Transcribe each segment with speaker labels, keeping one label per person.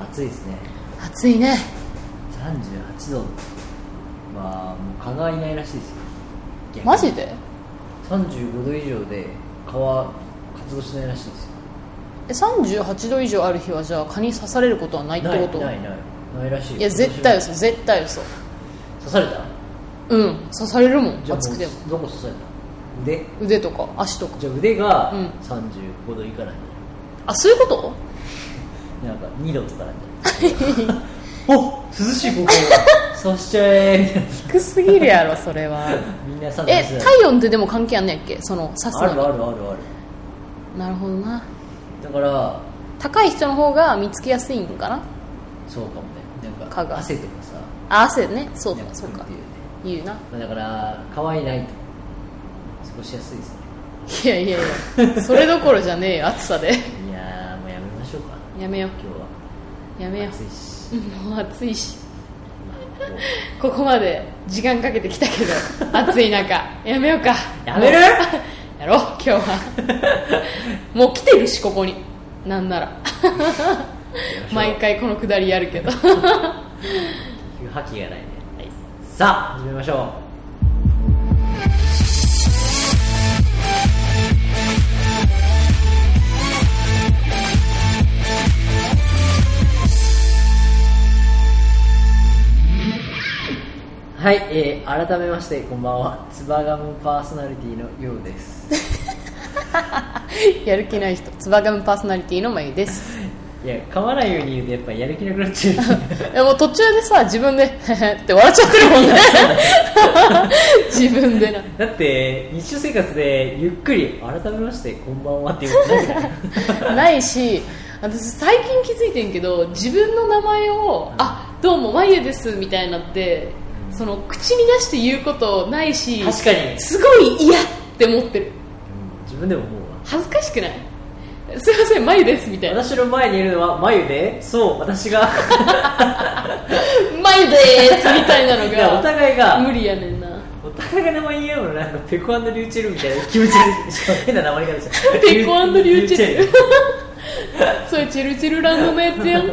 Speaker 1: 暑いですね
Speaker 2: 暑いね
Speaker 1: 38度はもう蚊がいないらしいですよ逆に
Speaker 2: マジで
Speaker 1: 35度以上で蚊は活動しないらしいですよ
Speaker 2: え38度以上ある日はじゃあ蚊に刺されることはないってこと
Speaker 1: ないないないないらしいよ
Speaker 2: いや絶対
Speaker 1: 今
Speaker 2: 嘘絶対嘘
Speaker 1: 年も刺された
Speaker 2: うん刺されるもん
Speaker 1: じゃあ
Speaker 2: 暑くても
Speaker 1: うどこ刺された腕
Speaker 2: 腕とか足とか
Speaker 1: じゃあ腕が
Speaker 2: うん
Speaker 1: 35度以下なんじ
Speaker 2: あそういうこと
Speaker 1: ゃない、なんか2度とかなんじゃ ないお涼しいここそうしちゃえ
Speaker 2: 低すぎる やろそれは
Speaker 1: みんなサウナ
Speaker 2: え
Speaker 1: してない
Speaker 2: 体温ってでも関係あんねやっけその刺す
Speaker 1: あるある
Speaker 2: の
Speaker 1: あるある
Speaker 2: になるほどな
Speaker 1: だから
Speaker 2: 高い人の方が見つけやすいんかな
Speaker 1: そうかもねなん
Speaker 2: 蚊が
Speaker 1: か汗とかさ
Speaker 2: あ汗ねそう
Speaker 1: なん
Speaker 2: かそう
Speaker 1: 来る
Speaker 2: か
Speaker 1: っていうね
Speaker 2: 言うな
Speaker 1: まあだから可愛いないと過ごしやすいですね
Speaker 2: いやいやいやそれどころじゃねえよ暑さで
Speaker 1: いやーもうやめましょうか
Speaker 2: やめよ
Speaker 1: 今日は
Speaker 2: うやめよ
Speaker 1: 暑いし
Speaker 2: う もう暑いし
Speaker 1: まあこ
Speaker 2: ここまで時間かけてきたけ ど暑い中やめようか
Speaker 1: やめる
Speaker 2: もう やろう今 日はもう来てるしここになんなら
Speaker 1: う
Speaker 2: 毎回このくだりやるけ ど
Speaker 1: やめましょういう覇気がないね、さあ始めましょうはい、えー改めましてこんばんはつばガムパーソナリティのようです
Speaker 2: やる気ない人つばがむパーソナリティのまゆです
Speaker 1: いや噛まないように言うとやっぱやる気なくなっちゃう
Speaker 2: えもう途中でさ自分でって笑っちゃってるもんね 自分でな
Speaker 1: だって日常生活でゆっくり改めましてこんばんはっていうことないから
Speaker 2: ないし私最近気づいてんけど自分の名前を「あどうもまゆです」みたいなってその口に出して言うことないし
Speaker 1: 確かに
Speaker 2: すごい嫌って思ってる
Speaker 1: うん自分でも思うわ
Speaker 2: 恥ずかしくないすいませんまゆですみたいな
Speaker 1: 私の前にいるのは眉でそう私 が
Speaker 2: 「まゆです」みたいない
Speaker 1: やお
Speaker 2: のが
Speaker 1: 互い
Speaker 2: 無
Speaker 1: が
Speaker 2: 理やねんな
Speaker 1: お互いが名前言い合うのなんかペコリューチェルみたいな気持ちでしか も変な名前がした
Speaker 2: ペコリューチェル
Speaker 1: リュ
Speaker 2: それチルチルランドのやつやん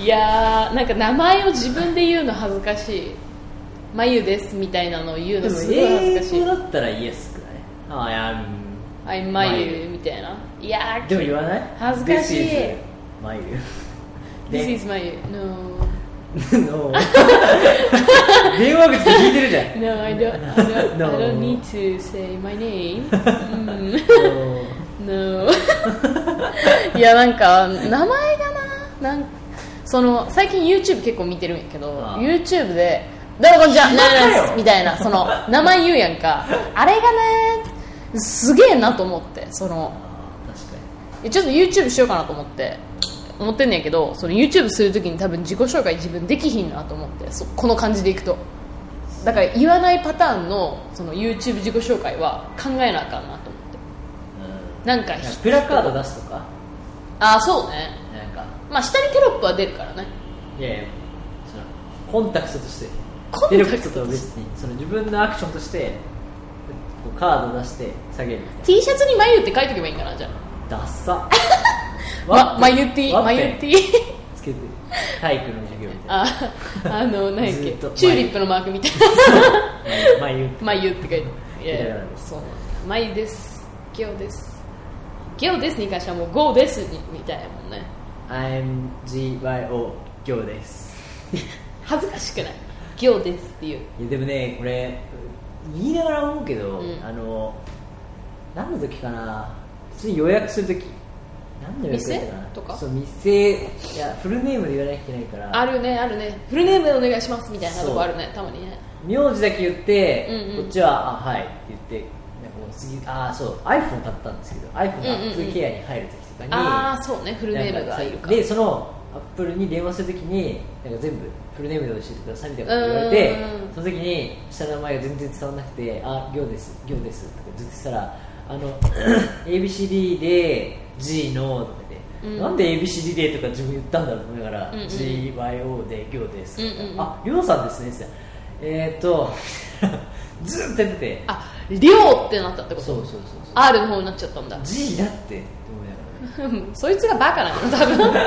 Speaker 2: いやーなんか名前を自分で言うの恥ずかしい「まゆです」みたいなのを言 う
Speaker 1: で
Speaker 2: の
Speaker 1: も
Speaker 2: すごい恥ずかし
Speaker 1: 英
Speaker 2: い
Speaker 1: 語だったらイエスくらいああいや
Speaker 2: 「あいまゆ」みたいな「いや
Speaker 1: うん
Speaker 2: ー
Speaker 1: でも言わない
Speaker 2: 恥ずかしい
Speaker 1: This is 眉
Speaker 2: This is まゆ」「No
Speaker 1: の電話口で聞いてるじ ゃん
Speaker 2: No I don't I don't,
Speaker 1: No.
Speaker 2: I don't need to say my name うん
Speaker 1: そう
Speaker 2: No いやなんか名前がななんその最近 YouTube 結構見てるんやけど
Speaker 1: ああ
Speaker 2: YouTube で「どうもこんにちは
Speaker 1: 暇かよ
Speaker 2: なななみたいなその名前言うやんかあれがねすげえなと思ってその
Speaker 1: あー確かに
Speaker 2: ちょっと YouTube しようかなと思って思ってんねんけどその YouTube するときに多分自己紹介自分できひんなと思ってそこの感じでいくとだから言わないパターンのその YouTube 自己紹介は考えなあかんなと思ってなんか
Speaker 1: なんかプラカード出すとか
Speaker 2: ああそうね
Speaker 1: なんか
Speaker 2: まあ下にテロップは出るからね
Speaker 1: いやいやそのコンタクトとして
Speaker 2: コンタクト
Speaker 1: 出力とは別にその自分のアクションとしてこうカード出して下げるみたい
Speaker 2: T シャツに眉って書いとけばいいんかなじゃあ
Speaker 1: なダッ サ
Speaker 2: ま
Speaker 1: ワッペ
Speaker 2: 眉
Speaker 1: ン
Speaker 2: T
Speaker 1: ワッペン
Speaker 2: 眉 T
Speaker 1: つけて体育の授業みたいな
Speaker 2: ああ の何やっけ
Speaker 1: ずっと
Speaker 2: チューリップのマークみたい な
Speaker 1: まあ言う
Speaker 2: 眉って書いてあるいやい
Speaker 1: ひらが
Speaker 2: や
Speaker 1: なで
Speaker 2: そう眉ですゲオですゲオですに関してはもうゴーですにみたいなもんね
Speaker 1: I'm GYO 今日です
Speaker 2: 恥ずかしくないゲオですっていう
Speaker 1: いやでもねこれ言いながら思うけど、
Speaker 2: うん
Speaker 1: あの何の時かな普通に予約する時何の予約だったな
Speaker 2: 店とか
Speaker 1: そう店いやフルネームで言わなきゃいけないから
Speaker 2: あるねあるねフルネームでお願いしますみたいなとこあるねたまにね
Speaker 1: 名字だけ言って、
Speaker 2: うんう
Speaker 1: こ
Speaker 2: ん
Speaker 1: っちは「あはい」って言ってなんかもう次あーそう iPhone 買ったんですけど iPhone
Speaker 2: うんうんうん
Speaker 1: が普通ケアに入る時とかに、
Speaker 2: ああそうねフルネームがいる
Speaker 1: なん
Speaker 2: か
Speaker 1: かでそのアップルに電話するときになんか全部フルネームで教えてくださいみたいなこと言われて
Speaker 2: うん
Speaker 1: その時に下の名前が全然伝わらなくて「あ行です行です」とかずっとしたら「あの ABCD で G の」とか言って、
Speaker 2: うん
Speaker 1: なんで ABCD でとか自分言ったんだろうと思いながら「
Speaker 2: うんうん
Speaker 1: GYO で行です」
Speaker 2: うんうんうん
Speaker 1: ありょうさんですね」ってえー、っと ずーっとやってて
Speaker 2: ありょうってなったってこ
Speaker 1: そう
Speaker 2: と
Speaker 1: そうそうそう
Speaker 2: R の方になっちゃったんだ
Speaker 1: G だってって思いながら
Speaker 2: そいつがバカなの多分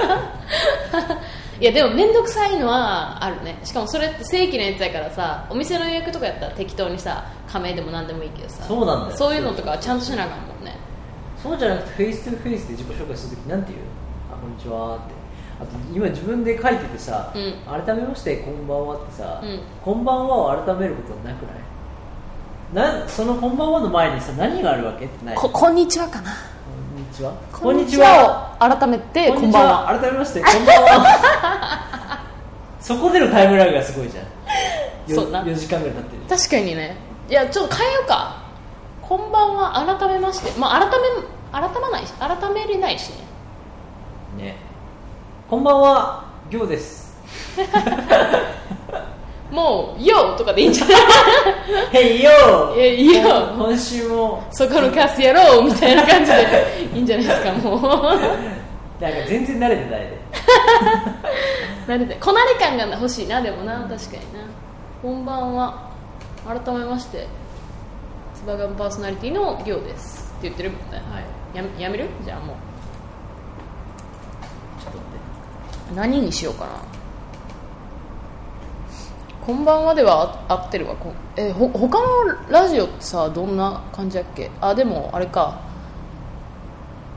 Speaker 2: いやでも面倒くさいのはあるねしかもそれって正規のやつやからさお店の予約とかやったら適当にさ加盟でも何でもいいけどさ
Speaker 1: そうなんだよ
Speaker 2: そういうのとかはちゃんとしなあかんもんね
Speaker 1: そうじゃなくてフェイストゥフェイスで自己紹介するときなんて言うのあこんにちはってあと今自分で書いててさ、
Speaker 2: うん
Speaker 1: 改めましてこんばんはってさ、
Speaker 2: うん
Speaker 1: こんばんはを改めることはなくないなんそのこんばんはの前にさ何があるわけってない
Speaker 2: ここんにちはか
Speaker 1: こ
Speaker 2: な
Speaker 1: んにちは
Speaker 2: こんにちはを改めて
Speaker 1: こ
Speaker 2: こ
Speaker 1: んに
Speaker 2: ん
Speaker 1: ち
Speaker 2: ばん
Speaker 1: は
Speaker 2: は
Speaker 1: 改めましてこんばんは そこでのタイムラグがすごいじゃん
Speaker 2: そうな
Speaker 1: 4, 時間ぐらい経ってる
Speaker 2: 確かにねいやちょっと変えようかこんばんは改めましてまあ改め改まないし改めれないしね
Speaker 1: ねこんばんは行です
Speaker 2: もう「YO!」とかでいいんじゃない
Speaker 1: へいよー
Speaker 2: えいいよ
Speaker 1: 今週も
Speaker 2: そこのカスやろうみたいな感じでいいんじゃないですかもう
Speaker 1: なんか全然慣れてないで
Speaker 2: 慣れてこなれ感が欲しいなでもな確かになこんばんは改めましてスバガンパーソナリティの「YO!」ですって言ってるもんね、
Speaker 1: はい
Speaker 2: ややめるじゃあもう
Speaker 1: ちょっと待って
Speaker 2: 何にしようかなこんばんはではあ合ってるわこんえほ他のラジオってさどんな感じだっけあでもあれか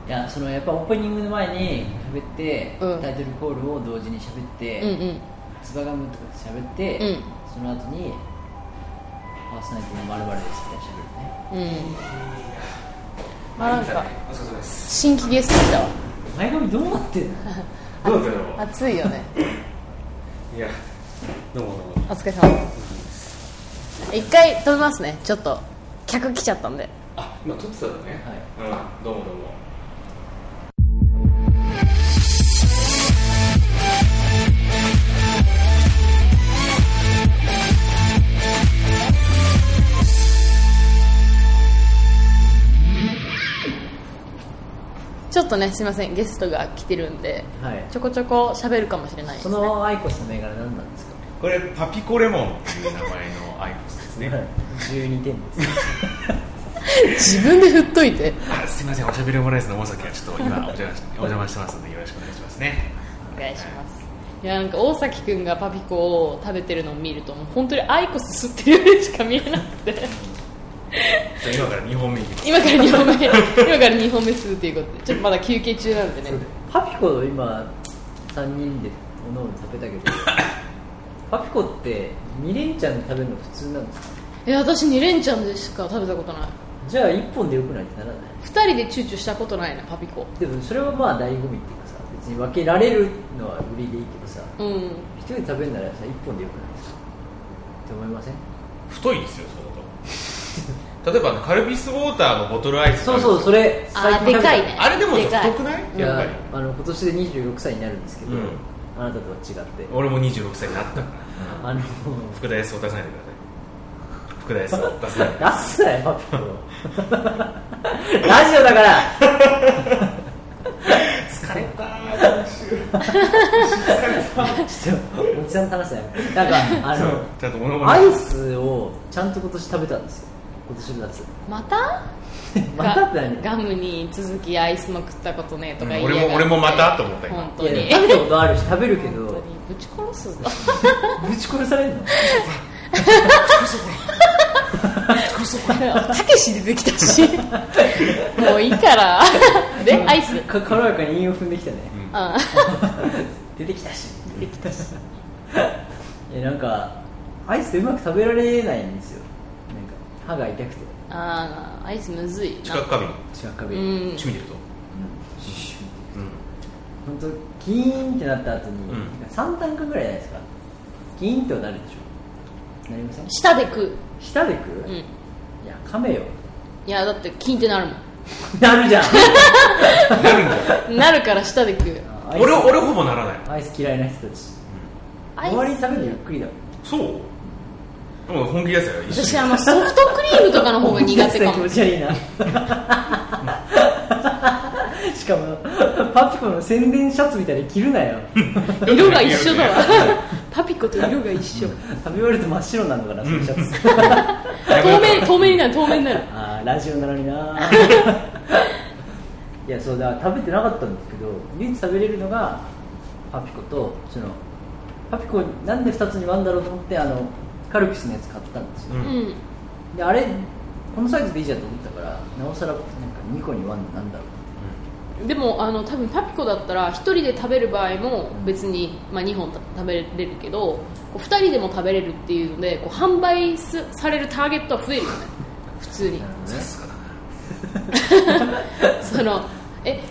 Speaker 1: いやそのやっぱオープニングの前に喋って、
Speaker 2: うん
Speaker 1: タイトルコールを同時に喋っ
Speaker 2: う
Speaker 1: て、
Speaker 2: んうん
Speaker 1: ツバガムとかで喋って、
Speaker 2: うん
Speaker 1: その後にパーソナリティの〇〇ですみたいな喋るね
Speaker 2: うんあなんか
Speaker 3: お疲れ様です。
Speaker 2: 新規ゲスト来たわ
Speaker 1: 前髪どうなってんの
Speaker 3: どうだったの
Speaker 2: 暑いよね
Speaker 3: いや、どうもどうも。
Speaker 2: お疲れ様一回止めますねちょっと客来ちゃったんで
Speaker 3: あ、今撮ってたのね。はい。うん、どうもどうも。
Speaker 2: ちょっとねすいませんゲストが来てるんで
Speaker 1: はい
Speaker 2: ちょこちょこ喋るかもしれないです
Speaker 1: そ
Speaker 2: ね
Speaker 1: のアイコスの銘柄何なんですか
Speaker 3: これパピコレモンっていう名前のアイコスですね。
Speaker 1: 12点です
Speaker 2: 自分で振っといて
Speaker 3: あ、すみません、おしゃべりオムライスの大崎がちょっと今お邪魔しお邪魔してますのでよろしくお願いしますね。
Speaker 2: お願いしますいやなんか大崎君がパピコを食べてるのを見るともう本当にアイコス吸ってるようにしか見えな くて
Speaker 3: じゃあ今から二本目いきま
Speaker 2: 今か
Speaker 3: す。
Speaker 2: ら2本目今から2本目吸うっていうことでちょっとまだ休憩中なんでね
Speaker 1: パピコを今3人でおのおの食べたけど パピコって2連チャンで食べるの普通なんですか
Speaker 2: え私2連チャンでしか食べたことない
Speaker 1: じゃあ1本でよくないってならない
Speaker 2: 2人で躊躇したことないなパピコ
Speaker 1: でもそれはまあ醍醐味っていうかさ別に分けられるのは売りでいいけどさ
Speaker 2: うん
Speaker 1: 一人で食べるならさ一本でよくないですかって思いません
Speaker 3: 太いですよ、そのと。例えばあのカルピスウォーターのボトルアイス。
Speaker 1: そうそうそ
Speaker 3: れ。
Speaker 1: れ
Speaker 2: あー
Speaker 1: 最近食べた
Speaker 2: でかいね
Speaker 3: あれでも
Speaker 2: でかい
Speaker 3: 太くない？
Speaker 1: い
Speaker 3: やっぱ
Speaker 1: や
Speaker 3: り。
Speaker 1: あの今年で26歳になるんですけど、
Speaker 3: うん
Speaker 1: あなたとは違って
Speaker 3: 俺も二十六歳になったから。
Speaker 1: あの
Speaker 3: 福田康夫出さないでください。福田康夫出さないで。
Speaker 1: 出すなよパピコラジオだから
Speaker 3: 疲れたー今週
Speaker 1: ちょっとおじさんと話すなよなんかあ
Speaker 3: そうちゃんと物
Speaker 1: の
Speaker 3: ま
Speaker 1: ア
Speaker 3: ね
Speaker 1: イスをちゃんと今年食べたんですよ今年の夏
Speaker 2: また
Speaker 1: またって何
Speaker 2: ガガムに続きアイスも食ったことねとか言いやがって、
Speaker 3: うん俺も俺もまたと思った今
Speaker 2: 本当に
Speaker 1: いや食べたことあるし食べるけど
Speaker 2: 本当にぶち殺すぞ
Speaker 1: ぶち殺されるの
Speaker 2: たけし出てきたし もういいからでアイスうん
Speaker 1: か軽やかに韻を踏んできたね
Speaker 2: あ
Speaker 1: 出てきたし出てき たしえなんかアイスってうまく食べられないんですよなんか歯が痛くて
Speaker 2: あアイスむずいな
Speaker 3: 近く過敏
Speaker 1: 近く
Speaker 2: う
Speaker 1: 壁に、うん、
Speaker 2: ん
Speaker 3: 趣味でると
Speaker 1: シュッ
Speaker 3: う
Speaker 1: 本当キーンってなった後に、
Speaker 3: うん
Speaker 1: 3段階ぐらいじゃないですかキーンってはなるでしょなりません
Speaker 2: 舌で食う、
Speaker 1: 舌で食う、
Speaker 2: うん、
Speaker 1: い
Speaker 2: い
Speaker 1: や噛めよ
Speaker 2: やだってキンってなるも
Speaker 1: なるじゃん
Speaker 3: んなるん だよ
Speaker 2: んなるから舌で食う
Speaker 1: あアイス
Speaker 3: 俺俺ほぼならない
Speaker 1: アイス嫌いな人たち
Speaker 2: アイ
Speaker 1: 終
Speaker 2: ス
Speaker 1: わりに食べるのゆっくりだもん
Speaker 3: そうでも本気ですよ一
Speaker 2: 私
Speaker 3: 緒
Speaker 2: あ
Speaker 3: に
Speaker 2: のソフトクリームとかの方が苦 手か
Speaker 1: 気
Speaker 2: も
Speaker 1: 持ち悪いな しかもパピコの宣伝シャツみたいに着るなよ
Speaker 2: 色が一緒だわパピコと色が一
Speaker 1: 食
Speaker 2: 緒
Speaker 1: べ終わると真っ白なのかなそのシャツ
Speaker 3: やめよ
Speaker 2: 透明透
Speaker 3: う
Speaker 2: 明になる透明になる
Speaker 1: あーラジオなのにないやそうだから食べてなかったんですけど唯一食べれるのがパピコとそのパピコなんで2つに割るんだろうと思ってあのカルピスのやつ買ったんですよ
Speaker 3: う
Speaker 2: うんん
Speaker 1: であれこのサイズでいいじゃんと思ったからなおさらなんか2個に割るのなんだろう
Speaker 2: でもあの多分パピコだったら1人で食べる場合も別に、まあ、2本た食べれるけどこう2人でも食べれるっていうのでこう販売すされるターゲットは増えるよね普通
Speaker 1: な
Speaker 2: に
Speaker 1: るほど
Speaker 3: さ
Speaker 1: ね
Speaker 3: すがだな
Speaker 2: そのえ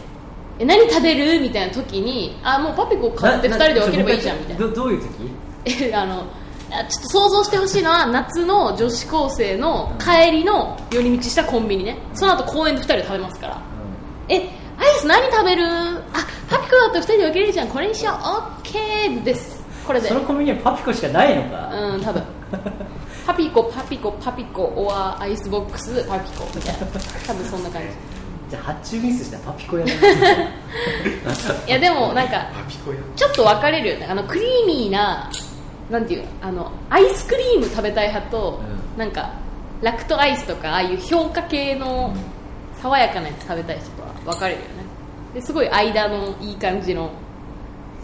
Speaker 2: え何食べるみたいな時にあもうパピコ買って2
Speaker 1: な
Speaker 2: 人で分ければいいじゃんみたいな
Speaker 1: どどういう時
Speaker 2: えあのあちょっと想像してほしいのは夏の女子高生の帰りの寄り道したコンビニねその後公園で2人で食べますからえアイス何食べるあパピコだと2人で分けれるじゃんこれにしようオッケーですこれで
Speaker 1: そのコンビニはパピコしかないのか、
Speaker 2: うん多分パピコパピコパピコオアアイスボックスパピコみたいな多分そんな感じ
Speaker 1: じゃあ発注ミスしたらパピコやる
Speaker 2: いやでもなんか
Speaker 3: パピコや
Speaker 2: ちょっと分かれるよねあのクリーミーななんていうのあのアイスクリーム食べたい派と、
Speaker 1: う
Speaker 2: なんかラクトアイスとかああいう評価系の爽やかなやつ食べたい人とは分かれるよねですごい間のいい感じの、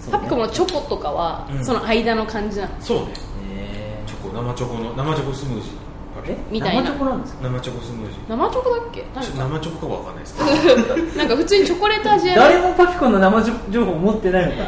Speaker 1: そうね
Speaker 2: パピコのチョコとかは、
Speaker 3: うん
Speaker 2: その間の感じなの
Speaker 3: そうね
Speaker 1: え
Speaker 3: チョコ生チョコの生チョコスムージーパピ
Speaker 1: え
Speaker 3: コ
Speaker 2: みたいな
Speaker 1: 生チョコなんですか
Speaker 3: 生チョコスムージ
Speaker 2: 生チョコだっけ
Speaker 3: ーちょ
Speaker 2: なんか
Speaker 3: 生チョコかわかんないです けど
Speaker 2: なんか普通にチョコレート味やね
Speaker 1: 誰もパピコの生情報持ってないのか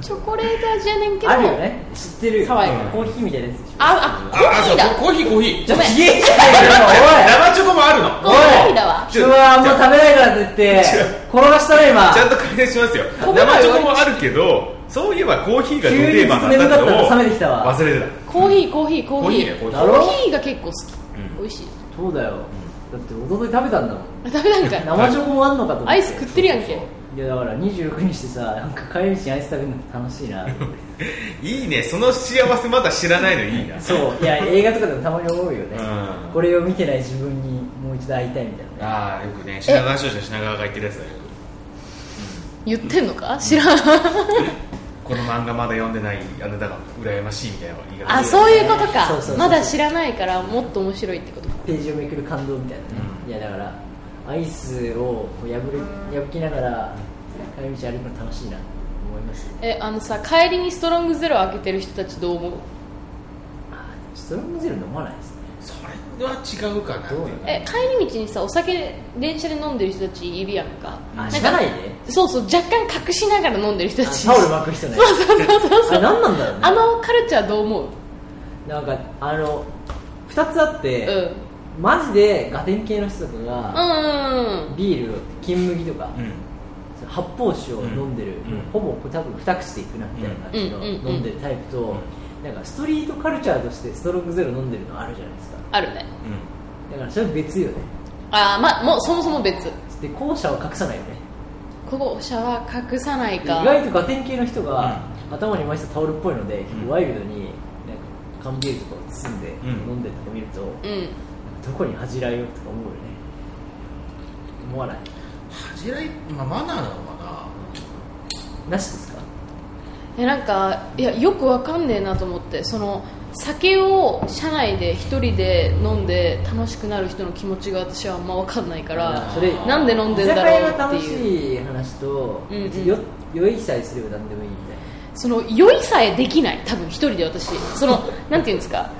Speaker 2: チョコレート味やねんけど
Speaker 1: あるよね知ってるよ
Speaker 2: 爽やか
Speaker 3: な
Speaker 1: コーヒーみたいなやつでしょ
Speaker 2: ああコーヒーだ
Speaker 3: あそうコーヒーコーヒー
Speaker 1: ちょ
Speaker 2: ごめん
Speaker 1: ちげえしてよ
Speaker 3: 生チョコもあるの
Speaker 2: コーヒーだわ
Speaker 1: おいおい人はあんま食べないからって言って
Speaker 3: ちょ
Speaker 1: 転がしたら今
Speaker 3: ちゃんと解明しますよ
Speaker 2: ここまで
Speaker 3: 生チョコもあるけどそういえばコーヒーがド定番だった
Speaker 1: 急に
Speaker 3: のを
Speaker 1: 冷めてきたわ
Speaker 3: 忘れてた
Speaker 2: コーヒーコーヒーコーヒー
Speaker 3: コーヒーねコーヒー
Speaker 2: コーヒーが結構好き、
Speaker 3: うん
Speaker 2: 美味しい
Speaker 1: そうだよだっておととい食べたんだもん
Speaker 2: あダメなんか
Speaker 1: 生チョコもあんのかと思って
Speaker 2: アイス食ってるやんけ
Speaker 1: いやだから29にしてさなんか帰り道にアイス食べるの楽しいなと思って
Speaker 3: いいねその幸せまだ知らないのいいな
Speaker 1: そういや映画とかでもたまに思うよね
Speaker 3: うん
Speaker 1: これを見てない自分にもう一度会いたいみたいなね
Speaker 3: ああよくね品川少女品川が言ってるやつだよ
Speaker 2: 言ってんのか知らん
Speaker 3: この漫画まだ読んでないあなたが羨ましいみたいな言い方
Speaker 2: あそういうことか
Speaker 1: そうそうそう
Speaker 2: まだ知らないからもっと面白いってことか
Speaker 1: ページをめくる感動みたいなね、
Speaker 3: うん
Speaker 1: いやだからアイスをこう破れ破きながら帰り道歩くの楽しいなと思いますよ
Speaker 2: えあのさ帰りにストロングゼロ開けてる人たちどう思う
Speaker 1: あーストロングゼロ飲まないですね
Speaker 3: それは違うかなってい
Speaker 1: どう
Speaker 3: う
Speaker 1: なの
Speaker 2: え帰り道にさお酒電車で飲んでる人たちいるやんか
Speaker 1: あ
Speaker 2: なん
Speaker 1: 車内
Speaker 2: か
Speaker 1: で
Speaker 2: そうそう若干隠しながら飲んでる人
Speaker 1: あ
Speaker 2: たち
Speaker 1: タオル巻く人ねそうそうそうそうあれ何なんだろうね
Speaker 2: あのカルチャーどう思う
Speaker 1: なんかあの2つあっ
Speaker 2: う
Speaker 1: て、
Speaker 2: んうん
Speaker 1: マジでガテン系の人とかが、
Speaker 2: うん
Speaker 1: ビール金麦とか、
Speaker 3: うん
Speaker 1: 発泡酒を飲んでる、
Speaker 3: うん
Speaker 1: ほぼ多分二口でいくなみたいな感じの、
Speaker 2: うんうんうん
Speaker 1: 飲んでるタイプと、
Speaker 3: うん
Speaker 1: なんかストリートカルチャーとしてストロングゼロ飲んでるのあるじゃないですか
Speaker 2: あるね
Speaker 3: う
Speaker 1: だからそれは別よね
Speaker 2: あーまもうそもそも別
Speaker 1: で後者は隠さないよね
Speaker 2: ここ者は隠さない
Speaker 1: 意
Speaker 2: か
Speaker 1: 外とガテン系の人が、頭に巻いたタオルっぽいので、結構ワイルドになんか缶ビールとかを包んで、
Speaker 3: ん
Speaker 1: 飲んでるとか見ると、
Speaker 2: うん
Speaker 1: どこに恥じらいをとか思うよね思わない
Speaker 3: ん恥じらい、まあ、マナーなのかな
Speaker 1: なしですか
Speaker 2: えなんかいやよくわかんねえなと思ってその酒を車内で一人で飲んで楽しくなる人の気持ちが私はあんまわかんないから
Speaker 1: それ
Speaker 2: なんで飲んでんだ
Speaker 1: 居
Speaker 2: ろ
Speaker 1: 酒
Speaker 2: う
Speaker 1: 屋が
Speaker 2: って
Speaker 1: 楽
Speaker 2: いう
Speaker 1: しい話と、
Speaker 2: うんうん
Speaker 1: よ酔いさえすれば何でもいいみたいな
Speaker 2: その酔いさえできない多分一人で私そのなんていうんですか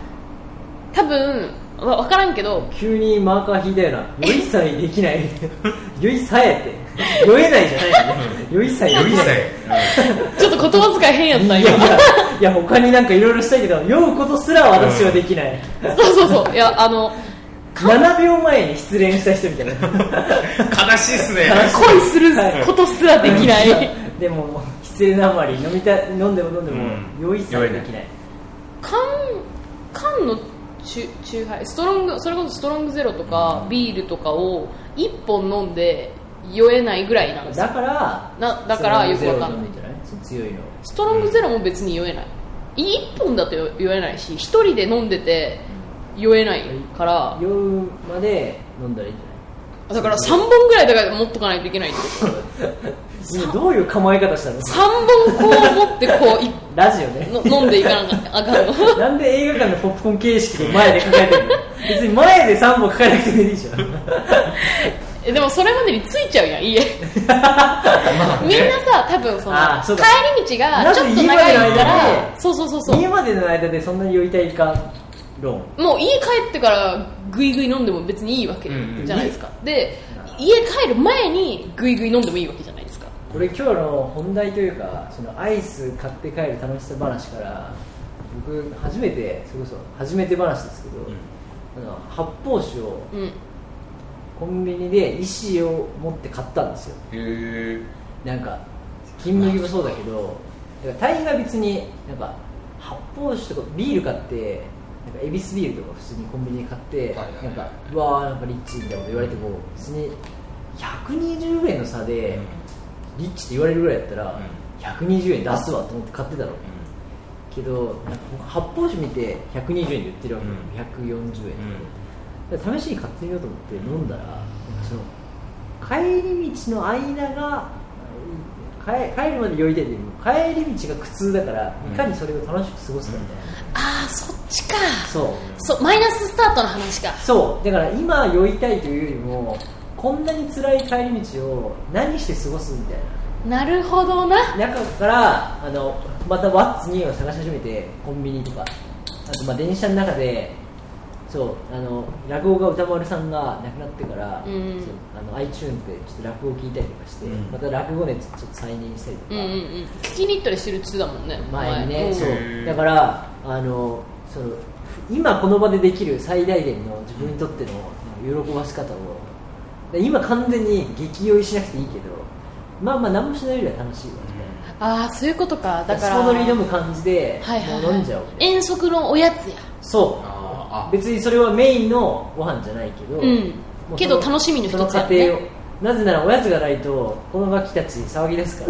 Speaker 2: 多分わわからんけど
Speaker 1: 急にマーカー引いたような酔いさえできない 酔いさえって酔えないじゃないのね酔いさえで
Speaker 3: よ
Speaker 1: き
Speaker 3: り
Speaker 1: ない
Speaker 3: さ
Speaker 1: い
Speaker 3: え、うん
Speaker 2: ちょっと言葉遣い変やった
Speaker 1: やい
Speaker 2: 今
Speaker 1: やいや他になんかいろいろしたいけど酔うことすら私はできない、
Speaker 2: そうそうそういやあの
Speaker 1: 7秒前に失恋した人みたいな
Speaker 3: 悲しいっすね
Speaker 1: 悲しい
Speaker 2: 恋することすらできない
Speaker 1: でももう失礼なあまり飲みたい飲んでも飲んでも
Speaker 3: うん
Speaker 1: 酔いさえできない、
Speaker 2: 缶缶のチュチューハイストロングそれこそストロングゼロとかビールとかを1本飲んで酔えないぐらいなんですよ
Speaker 1: だから
Speaker 2: なだからよくわか
Speaker 1: そのゼロ飲
Speaker 2: んなんい
Speaker 1: でんじゃないその強いの
Speaker 2: ストロングゼロも別に酔えない1本だと酔酔えないし1人で飲んでて酔えないから
Speaker 1: 酔うまで飲んだらいいんじ
Speaker 2: だから3本ぐらいだから持っとかないといけないってこと
Speaker 1: ゃない今どういう構え方したの
Speaker 2: 3本こう持って こうい
Speaker 1: ラジオね
Speaker 2: の飲んでいかなあかんの
Speaker 1: なんで映画館のポップコーン形式を前で抱えてるの別に前で3本抱えなくてもいいでしょ
Speaker 2: えでもそれまでに着いちゃうやん家
Speaker 3: まあ
Speaker 2: みん
Speaker 3: ね
Speaker 2: なさ多分その
Speaker 1: あーそう
Speaker 2: 帰
Speaker 1: か
Speaker 2: り道がちょっ
Speaker 1: ま
Speaker 2: と長
Speaker 1: ず
Speaker 2: い
Speaker 1: 家
Speaker 2: か
Speaker 1: までの間
Speaker 2: ら
Speaker 1: で
Speaker 2: そうそうそうそう
Speaker 1: 家までの間でそんなに酔いたいか論
Speaker 2: もう家帰ってからグイグイ飲んでも別にいいわけ
Speaker 3: うんうん
Speaker 2: じゃないですか、で
Speaker 1: うん
Speaker 2: 家帰る前にグイグイ飲んでもいいわけじゃないですか
Speaker 1: これ今日の本題というかそのアイス買って帰る楽しさ話から僕初めてそれこそ初めて話ですけど、あの発泡酒を
Speaker 2: うん
Speaker 1: コンビニで石を持って買ったんですよ
Speaker 3: へ
Speaker 1: なんか金麦もそうだけどだから大概別になんか発泡酒とかビール買ってなんかエビスビールとか普通にコンビニで買って、
Speaker 3: いはいはい
Speaker 1: なんかうわーなんかリッチみたいなこと言われても別に120円の差
Speaker 3: え
Speaker 1: で、リッチって言われるぐらいだったら、120円出すわと思って買ってたのけどなんか僕発泡酒見て120円で売ってるわけ、よ140円、で試しに買ってみようと思って飲んだらなんかその帰り道の間が帰帰るまで酔いたいというよりも帰り道が苦痛だから
Speaker 3: うん
Speaker 1: いかにそれを楽しく過ごすかみたいな、
Speaker 2: ああそっちか
Speaker 1: そう
Speaker 2: そうマイナススタートの話か
Speaker 1: そうだから今酔いたいというよりもこんなに辛い帰り道を何して過ごすみたいな
Speaker 2: なるほどな
Speaker 1: 中からあのまたワッツニーを探し始めてコンビニとかあとまあ電車の中でそうあの落語家歌丸さんが亡くなってから、
Speaker 2: うんうん
Speaker 1: そうあの iTunes でちょっと落語を聞いたりとかして、
Speaker 3: うん
Speaker 1: また落語熱ちょっと再燃したりと
Speaker 2: う
Speaker 1: か、
Speaker 2: んうんうん聞きに行ったりしてるっつってたもんね
Speaker 1: 前にね、
Speaker 2: うん
Speaker 1: そうだからあのその今この場でできる最大限の自分にとっての喜ばし方をで今完全に激酔いしなくていいけどまあまあ何もしないよりは楽しいわみたいな。
Speaker 2: ああそういうことか
Speaker 1: だ
Speaker 2: だか
Speaker 1: かららスポドリ飲む感じで、
Speaker 2: はいはい、
Speaker 1: もう
Speaker 2: は
Speaker 1: 飲んじゃおう
Speaker 2: い、遠足のおやつや
Speaker 1: そ
Speaker 3: あ
Speaker 1: う別にそれはメインのご飯じゃないけど、
Speaker 2: うん
Speaker 1: もう
Speaker 2: け
Speaker 1: その
Speaker 2: ど楽しみの一つ
Speaker 1: その
Speaker 2: や
Speaker 1: 過程を
Speaker 2: ね
Speaker 1: なぜならおやつがないとこのガキたち騒ぎですか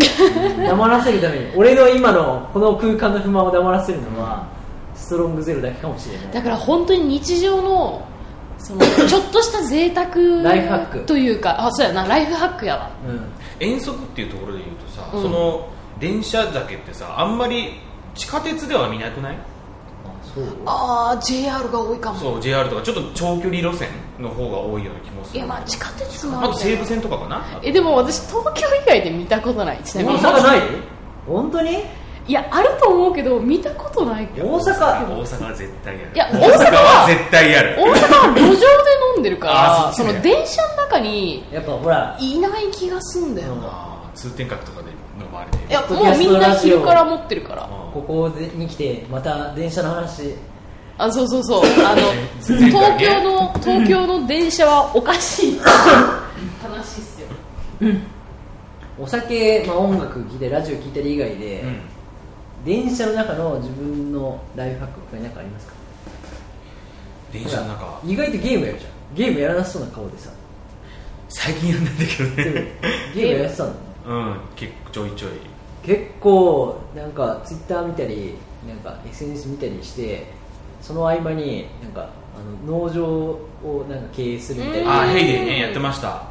Speaker 1: ら 黙らせるために俺の今のこの空間の不満を黙らせるのはストロングゼロだけかもしれない
Speaker 2: だから本当に日常の そのちょっとした贅沢
Speaker 1: ライフハック
Speaker 2: というかあそうやなライフハックやわ
Speaker 1: うん
Speaker 3: 遠足っていうところで言うとさ、
Speaker 2: うん
Speaker 3: その電車酒ってさあんまり地下鉄では見なくない
Speaker 1: あそう
Speaker 2: ああ JR が多いかも
Speaker 3: そう JR とかちょっと長距離路線の方が多いような気もす
Speaker 2: い
Speaker 3: る
Speaker 2: や
Speaker 3: んだ
Speaker 2: まあ
Speaker 3: けど
Speaker 2: 地下鉄もあ
Speaker 3: あ
Speaker 2: る
Speaker 3: と
Speaker 2: ね
Speaker 3: 西武線とかかな
Speaker 2: えでも私東京以外で見たことないちなみ
Speaker 1: 大
Speaker 2: に
Speaker 1: 阪ない本当に
Speaker 2: いやあると思うけど見たことない
Speaker 1: 大阪
Speaker 3: 大阪は絶対やる
Speaker 2: いや
Speaker 3: 大
Speaker 2: 大
Speaker 3: 阪
Speaker 2: 阪
Speaker 3: は
Speaker 2: は
Speaker 3: 絶対やる
Speaker 2: 大阪は路上で飲んでるか
Speaker 3: あ
Speaker 2: らそ
Speaker 3: そっちね
Speaker 2: の電車の中に
Speaker 1: やっぱほら
Speaker 2: いない気がすんだよな、
Speaker 3: あー通天閣とかで飲まれてる
Speaker 2: いやもうみんな昼から持ってるから
Speaker 3: あ
Speaker 1: ここに来てまた電車の話
Speaker 2: あそうそうそうあの
Speaker 3: 前回
Speaker 2: 東
Speaker 3: ね
Speaker 2: 京の東京の電車はおかしいっていう話っすよ
Speaker 1: お酒、まあ、音楽聴いたりラジオ聴いたり以外で、
Speaker 3: ーうん
Speaker 1: 電車の中の自分のライフハック他に何かありますか
Speaker 3: 電車の中
Speaker 1: ほら意外とゲームやるじゃんゲームやらなそうな顔 でさ
Speaker 3: 最近やんないんだけど
Speaker 1: でも
Speaker 3: ね
Speaker 1: ゲームやってたの
Speaker 3: うん結構ちょいちょい
Speaker 1: 結構なんかツイッター見たりなんか SNS 見たりしてその合間になんかあの農場をなんか経営するみたい
Speaker 2: うん
Speaker 3: あ
Speaker 1: な
Speaker 3: ーヘイデイねやってました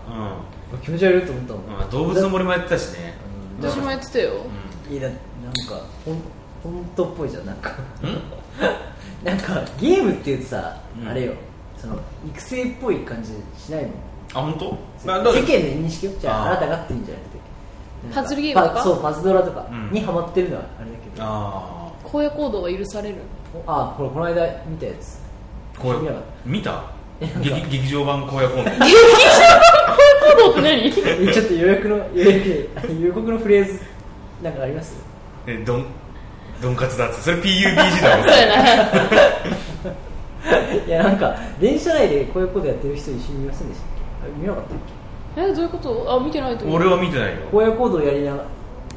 Speaker 1: 気持ち悪いと思ったも
Speaker 3: う
Speaker 1: ん、
Speaker 3: んまあ動物の森もやってたしね
Speaker 1: だ
Speaker 2: 私もやってたよ
Speaker 1: いやなんかほん本当っぽいじゃんなんか
Speaker 3: うんうん
Speaker 1: なんかゲームって言うとさ、
Speaker 3: うん
Speaker 1: あれよその育成っぽい感じしないもん
Speaker 3: あ本当
Speaker 1: 世間
Speaker 3: まあ
Speaker 1: の
Speaker 3: だから
Speaker 1: 認識よじゃあ
Speaker 3: あー
Speaker 1: あなたがっていいんじゃなくてなん
Speaker 2: パズルゲームとか
Speaker 1: パそうパズドラとか
Speaker 3: うん
Speaker 1: にハマってるのはあれだけど、あ
Speaker 3: あ
Speaker 2: 荒野行動は許される
Speaker 1: あこれこの間見たやつ
Speaker 3: あこう
Speaker 1: 見なかった
Speaker 3: 見た
Speaker 1: えなんか
Speaker 3: 劇劇場版荒野コン
Speaker 2: 劇場の荒野行動って何
Speaker 1: えちょっと予約の予約 予告のフレーズなんかあります
Speaker 3: えどんどんかつだってそれ PUBG だ
Speaker 2: そう
Speaker 3: ろ
Speaker 2: やない
Speaker 1: やなんか電車内でこういうことやってる人一緒にいませんでしたっけあ見なかったっ
Speaker 2: えどういうことあ見てないと思う
Speaker 3: 俺は見てない
Speaker 1: け
Speaker 3: よ
Speaker 1: 荒野行動やりな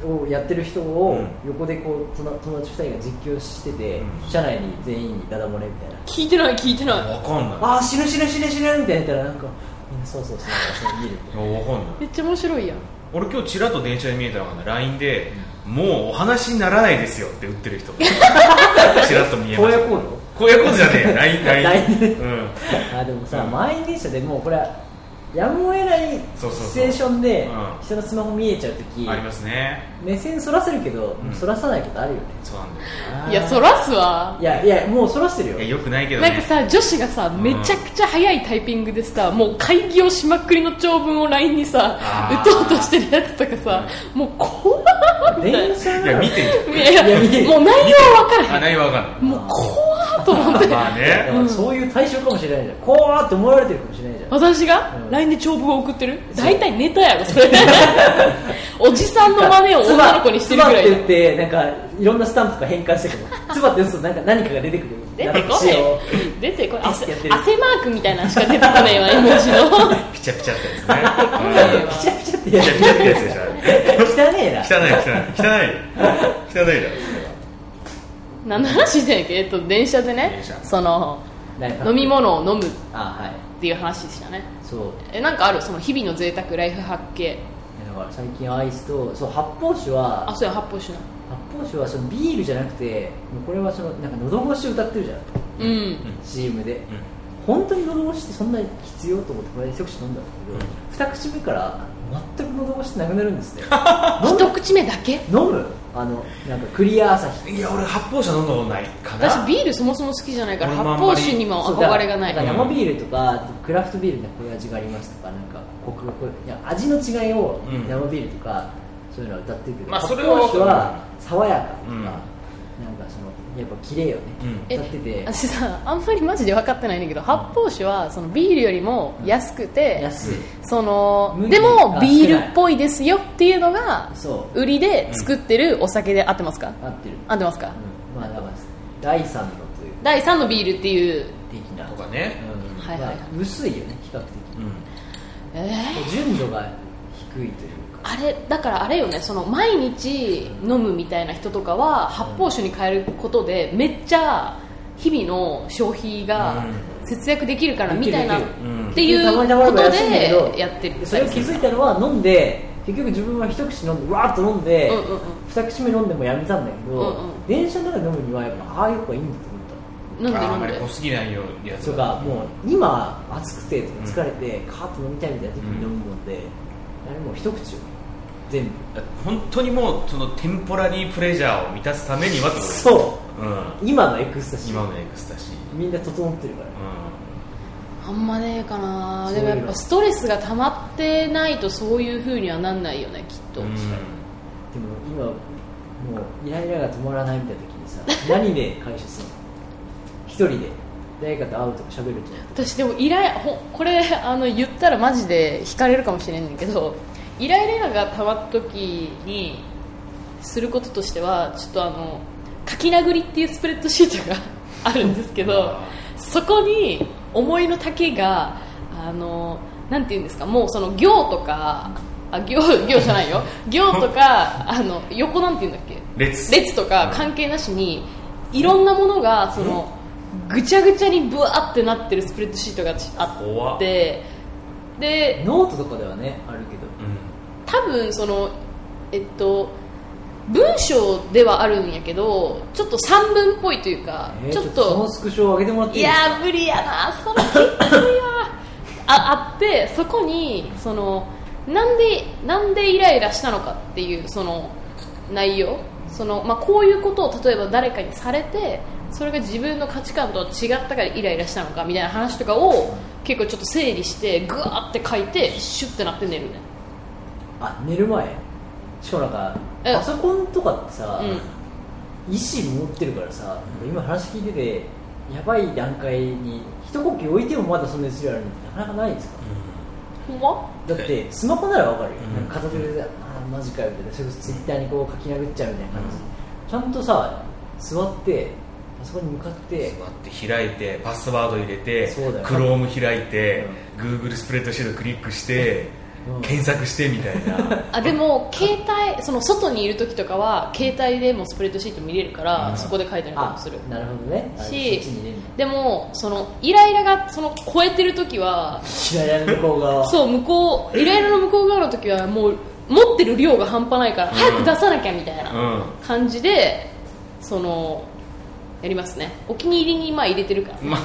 Speaker 1: をやってる人を
Speaker 3: うん
Speaker 1: 横でこうとな友達2人が実況してて、
Speaker 3: うん
Speaker 1: 車内に全員にダダ漏れみたいな
Speaker 2: 聞いてない聞いてない
Speaker 3: わかんない
Speaker 1: ああ死ぬ死ぬ死ぬ死ぬみたいなやったらなんかみんなそうそうしながら見るみたいない
Speaker 3: やわかんない
Speaker 2: めっちゃ面白いやん
Speaker 3: 俺今日ちらっと電車で見えたのがね LINE で、もうお話にならないですよって打って る人ちらっと見えま
Speaker 1: 荒
Speaker 3: し
Speaker 1: 野
Speaker 3: た
Speaker 1: 行動
Speaker 3: こういうことじゃねえ LINE LINE
Speaker 1: LINE
Speaker 3: う ん
Speaker 1: あでもさ、
Speaker 3: うん
Speaker 1: 満員電車でもうこれはやむを得ない
Speaker 3: そうそうそう
Speaker 1: シチュエーションで
Speaker 3: うん
Speaker 1: 人のスマホ見えちゃう時
Speaker 3: ありますね
Speaker 1: 目線そらせるけど、
Speaker 3: うん
Speaker 1: そらさないことあるよね
Speaker 3: そうなんだよ
Speaker 2: いやそらすわ
Speaker 1: いやいやもうそらしてるよ
Speaker 3: いやよくないけど
Speaker 2: なんか
Speaker 3: ね
Speaker 2: さ女子がさ
Speaker 3: ん
Speaker 2: めちゃくちゃ早いタイピングでさもう会議をしまくりの長文を LINE にさ
Speaker 3: あ
Speaker 2: 打
Speaker 3: ー
Speaker 2: とうとしてるやつとかさもう怖っみたい
Speaker 1: 電
Speaker 2: な
Speaker 1: 車
Speaker 3: いや見てる
Speaker 2: いやい
Speaker 1: いや見て
Speaker 2: やもう内容は分から
Speaker 3: あ
Speaker 2: へん
Speaker 3: 内容わかんない
Speaker 2: もう怖っと思って
Speaker 3: まあね
Speaker 1: だからそういう対象かもしれないじゃん怖ーって思われてるかもしれないじゃん
Speaker 2: 私が
Speaker 1: うん
Speaker 2: LINE で長文を送ってる大体ネタやろそれおじさんの真似を女の子にしてるぐらい
Speaker 1: つばって言ってなんかいろんなスタンプとか変換してくるつばって打つとなんか何かが出てくる
Speaker 2: 出てこ
Speaker 1: なんか塩
Speaker 2: へん出てこへん汗
Speaker 1: やって
Speaker 2: 汗
Speaker 1: る
Speaker 2: マークみたいなのしか出てこないわ絵文字の
Speaker 3: ピチャピチャってやつね うん
Speaker 1: ピチャピチャってや
Speaker 3: ピ
Speaker 1: る
Speaker 3: チャピチ ャってやつでしょあれ
Speaker 1: 汚ねえな
Speaker 3: 汚い汚い汚い汚いだろ
Speaker 2: 何の話してんやっけ、えっと、電車でね
Speaker 3: 電車
Speaker 2: その
Speaker 1: なんか
Speaker 2: 飲み物を飲むっ
Speaker 1: あはい
Speaker 2: ていう話でしたね
Speaker 1: そう
Speaker 2: えなんかあるその日々の贅沢ライフ発見
Speaker 1: だから最近アイスとそう発泡酒は
Speaker 2: あそうや発泡酒な
Speaker 1: 発泡酒はそのビールじゃなくてもうこれはそのなんか喉越しを歌ってるじゃん
Speaker 2: うん、
Speaker 1: CM で、
Speaker 3: うん
Speaker 1: 本当に喉越しってそんなに必要と思ってこれ一口飲んだんだけど、二口目から全く喉越しなくなるんですね 飲む
Speaker 2: 一口目だけ
Speaker 1: 飲むあのなんかクリア朝日
Speaker 3: いや俺発泡酒飲んだことないかな
Speaker 2: 私ビールそもそも好きじゃないから
Speaker 3: 俺
Speaker 2: 発
Speaker 3: もあんまり
Speaker 2: 泡酒にも
Speaker 1: そうだ
Speaker 2: 憧れがない
Speaker 1: だから生ビールとかクラフトビールでこういう味がありますとかなんかコクがこういや味の違いを
Speaker 3: うん
Speaker 1: 生ビールとか、そういうのは歌ってるけど、
Speaker 3: まあそれは
Speaker 1: 発泡酒は爽やかとか、
Speaker 3: うん
Speaker 1: なんかそのやっぱ綺麗よね、
Speaker 3: う
Speaker 1: 歌ってて
Speaker 2: 私さあんまりマジで分かってないんだけど発泡酒はそのビールよりも安くて、
Speaker 1: 安い
Speaker 2: その
Speaker 1: 麦
Speaker 2: でも
Speaker 1: が
Speaker 2: ビールっぽいですよっていうのが
Speaker 1: そう
Speaker 2: 売りで作ってるお酒で合ってますか、
Speaker 1: 合ってる、
Speaker 2: 合ってますか、
Speaker 1: うん、まあだから第三のという
Speaker 2: 第3のビールっていう
Speaker 1: 的な
Speaker 3: とかね
Speaker 1: うん
Speaker 2: はいはいはい
Speaker 1: まあ薄いよね比較
Speaker 3: うん
Speaker 2: えー
Speaker 1: 的純度が低いというか
Speaker 2: あれだからあれよねその毎日飲むみたいな人とかは発泡酒に変えることでめっちゃ日々の消費が節約できるからみたいなっ
Speaker 1: できる
Speaker 3: で
Speaker 2: て
Speaker 3: きるうん
Speaker 2: い
Speaker 1: たま
Speaker 2: う
Speaker 1: にたま
Speaker 2: こ
Speaker 1: にたま
Speaker 2: と
Speaker 1: に安いんだけど
Speaker 2: でやってる
Speaker 1: それを気づいたのは飲んで結局自分は一口飲んでわーっと飲んで、
Speaker 2: うんうんうん
Speaker 1: 二口目飲んでもやめたんだけど、
Speaker 2: うんうん
Speaker 1: 電車の中で飲むにはやっぱああいう方がいいんだと思った
Speaker 2: 飲んで
Speaker 3: あー
Speaker 2: 飲
Speaker 3: あ
Speaker 2: ん
Speaker 3: まり
Speaker 2: で
Speaker 3: 濃すぎないようなやつ
Speaker 1: そうかもう今暑くてとか疲れて、カーッと飲みたいみたいな時に飲むもんで、あれもう一口よ全部
Speaker 3: 本当にもうそのテンポラリープレジャーを満たすためにはってことですう、
Speaker 1: そ
Speaker 3: ん、
Speaker 1: う今のエクスタシー
Speaker 3: 今のエクスタシー、
Speaker 1: みんな整ってるから
Speaker 3: う
Speaker 2: あんまねえかな
Speaker 1: そう
Speaker 2: で
Speaker 1: いう
Speaker 2: も
Speaker 1: の
Speaker 2: やっぱストレスが溜まってないとそういうふうにはなんないよねきっと、
Speaker 3: ん
Speaker 1: でも今もうイライラが止まらないみたいな時にさ 何で解消するの一人で誰かと会うとか喋るじゃん
Speaker 2: 私でもイライほこれあの言ったらマジで惹かれるかもしれないんだけどイライラがたまった時にすることとしてはちょっとあの書き殴りっていうスプレッドシートがあるんですけどそこに思いの丈があのなんていうんですかもうその行とかあ行行じゃないよ行とかあの横なんていうんだっけ
Speaker 3: 列
Speaker 2: 列とか関係なしにいろんなものがそのぐちゃぐちゃにブワーってなってるスプレッドシートがあ
Speaker 3: 怖
Speaker 2: っ
Speaker 3: って
Speaker 2: で
Speaker 1: ノートとかではねあるけど
Speaker 3: うん
Speaker 2: 多分そのえっと文章ではあるんやけどちょっと散文っぽいというか、
Speaker 1: えー
Speaker 2: ちょっ
Speaker 1: そ
Speaker 2: と
Speaker 1: のスクショを上げてもらって
Speaker 2: い
Speaker 1: いいですか
Speaker 2: やー無理やなそれきついわああってそこにそのなんでなんでイライラしたのかっていうその内容その、まあ、こういうことを例えば誰かにされてそれが自分の価値観とは違ったからイライラしたのかみたいな話とかを結構ちょっと整理してグワーって書いてシュッてなって寝るね
Speaker 1: あ寝る前しかもなんか
Speaker 2: え
Speaker 1: パソコンとかってさ、
Speaker 2: うん
Speaker 1: 意思持ってるからさ今話聞いててやばい段階に一呼吸置いてもまだそんなにするあるのなかなかないですか
Speaker 2: ほんま
Speaker 1: だってスマホならわかるよ、
Speaker 3: うん
Speaker 1: 片手でああマジかよみたいなそれこそツイッターにこう書き殴っちゃうみたいな感じ、ちゃんとさ座ってパソコンに向かって
Speaker 3: 座って開いてパスワード入れて
Speaker 1: そうだよ
Speaker 3: クローム開いて、Google スプレッドシートクリックして、
Speaker 1: うん
Speaker 3: 検索してみたい な
Speaker 2: あでも携帯その外にいる時とかは携帯でもスプレッドシート見れるから、
Speaker 3: うん
Speaker 2: そこで書いたりとかも
Speaker 1: あ
Speaker 2: する
Speaker 1: なるほどねあ
Speaker 2: し
Speaker 1: そっちに入れるの
Speaker 2: でもそのイライラがその超えてる時は
Speaker 1: 嫌いな向こう側
Speaker 2: そう向こうイライラの向こう側の時はもう持ってる量が半端ないから
Speaker 3: うん
Speaker 2: 早く出さなきゃみたいな
Speaker 3: うん
Speaker 2: 感じでそのやりますねお気に入りにまあ入れてるから、
Speaker 3: ま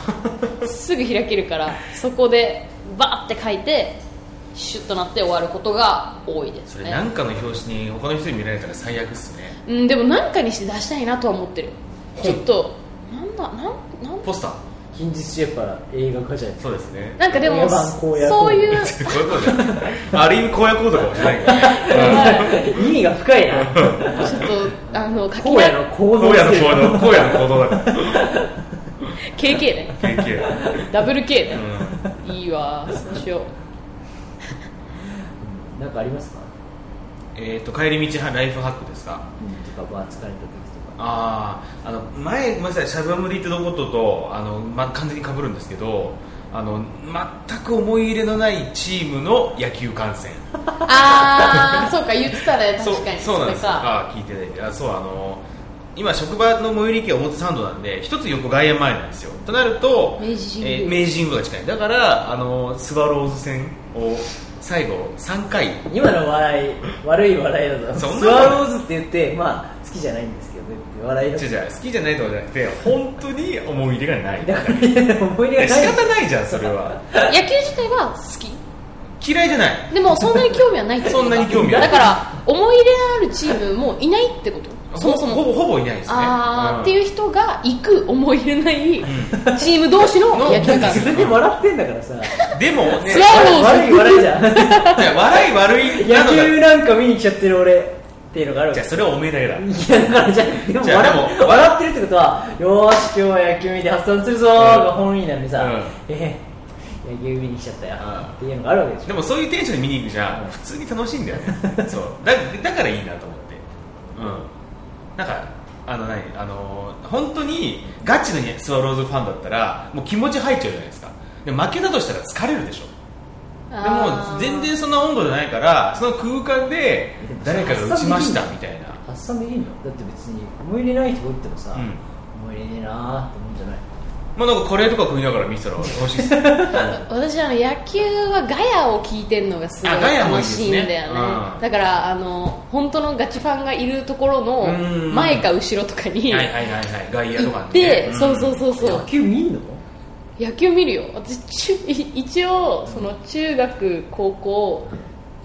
Speaker 3: あ
Speaker 2: すぐ開けるからそこでバーって書いてシュッとなって終わることが多いです
Speaker 3: それ
Speaker 2: ね
Speaker 3: なんかの表紙に他の人に見られたら最悪っすね
Speaker 2: うん、でも何かにして出したいなとは思ってるちょっとなんだなんなん
Speaker 3: ポスター
Speaker 1: 近日シェパラ映画化じゃない
Speaker 3: そうですね
Speaker 2: なんかで
Speaker 1: 親
Speaker 2: も
Speaker 1: 番公約
Speaker 2: そういう
Speaker 3: こういうことじゃないある意味荒野行動かもしれないけどね
Speaker 1: 意味が深いな
Speaker 2: ちょっとあの書き
Speaker 1: 荒野
Speaker 2: な
Speaker 1: の行動
Speaker 3: 荒野
Speaker 1: し
Speaker 3: の
Speaker 1: てる
Speaker 3: 行動荒野の行動だから
Speaker 2: KK ね
Speaker 3: 研究
Speaker 2: ダブル K
Speaker 3: う
Speaker 2: ね、
Speaker 3: ん
Speaker 2: いいわそうし よう
Speaker 1: なんかありますか
Speaker 3: えっと帰り道はライフハックですか
Speaker 1: とかまあ疲れた時とか
Speaker 3: あああの前ごめんなさいしゃぶむりってどこととあの、ま、完全に被るんですけどあの全く思い入れのないチームの野球観戦
Speaker 2: ああそうか言ってたね
Speaker 3: そう
Speaker 2: 確かに
Speaker 3: そうなんですよ
Speaker 2: れか
Speaker 3: ああ聞いてないあそうあの今職場の最寄り駅は表参道なんで一つ横外苑前なんですよとなると
Speaker 2: 明治神宮
Speaker 3: えー明治神宮が近いだからあのスワローズ戦を最後3回
Speaker 1: 今の笑い悪い笑いだと
Speaker 3: そんな
Speaker 1: スワローズって言ってまあ好きじゃないんですけどねって笑いだ
Speaker 3: 違う違う好きじゃないとかじゃなくて本当に思い入れがない
Speaker 1: だからいや思い入れ
Speaker 3: 仕
Speaker 1: がない
Speaker 3: 方ないじゃんそれは
Speaker 2: 野球自体は好き
Speaker 3: 嫌いじゃない
Speaker 2: でもそんなに興味はないってことか
Speaker 3: そんなに興味はない
Speaker 2: だから思い入れのあるチームもいないってことそもそも
Speaker 3: ほぼほぼいないですね
Speaker 2: あー、って
Speaker 3: う
Speaker 2: いう人が行く思い入れない
Speaker 3: ん
Speaker 2: チーム同士の野球観
Speaker 1: だってそれで笑ってんだからさ
Speaker 3: んでもね
Speaker 2: スワロー
Speaker 1: 悪
Speaker 2: ズ
Speaker 1: い笑いじゃん
Speaker 3: いや笑い悪いな
Speaker 1: 野
Speaker 3: の
Speaker 1: 球
Speaker 3: が
Speaker 1: なんか見に来ちゃってる俺っていうのがあるわ
Speaker 3: じ
Speaker 1: け
Speaker 3: ゃあそれはおめえだけだ
Speaker 1: いやだからじゃあでも
Speaker 3: じゃあ
Speaker 1: 笑
Speaker 3: でも
Speaker 1: 笑ってるってことはよーし今日は野球見て発散するぞーが本意なんでさ、
Speaker 3: うん
Speaker 1: えー野球見に来ちゃったよ
Speaker 3: う
Speaker 1: っ
Speaker 3: ん
Speaker 1: ていうのがあるわけでし
Speaker 3: で
Speaker 1: ょ
Speaker 3: もそういうテンションで見に行くじゃん普通に楽しいんだ よねそうだだからいいなと思ってうんなんかあの何あのー本当にガチのスワローズファンだったらもう気持ち入っちゃうじゃないですかで負けたとしたら疲れるでしょでも全然そんな温度じゃないからその空間で誰かが打ちましたみたいな
Speaker 1: 発散できるのだって別に思い入れない人がおってもさ、
Speaker 3: うん
Speaker 1: 思い入れねえなーって思うんじゃない
Speaker 3: まあなんかカレーとか食いながら見てたら楽しい ですね
Speaker 2: 私あの野球はガヤを聞いてるのがすごい
Speaker 3: あガヤもいい
Speaker 2: 楽
Speaker 3: です
Speaker 2: し
Speaker 3: ね
Speaker 2: いんだよね
Speaker 3: うん
Speaker 2: だからあの本当のガチファンがいるところの
Speaker 3: うん
Speaker 2: 前か後ろとかに
Speaker 3: はいはい
Speaker 2: 行
Speaker 3: はいはい外野とか
Speaker 2: っ
Speaker 3: ね
Speaker 2: て、
Speaker 3: ん
Speaker 2: そうそうそうそう
Speaker 1: 野球見んの
Speaker 2: 野球見るよ私中い一応その中学高校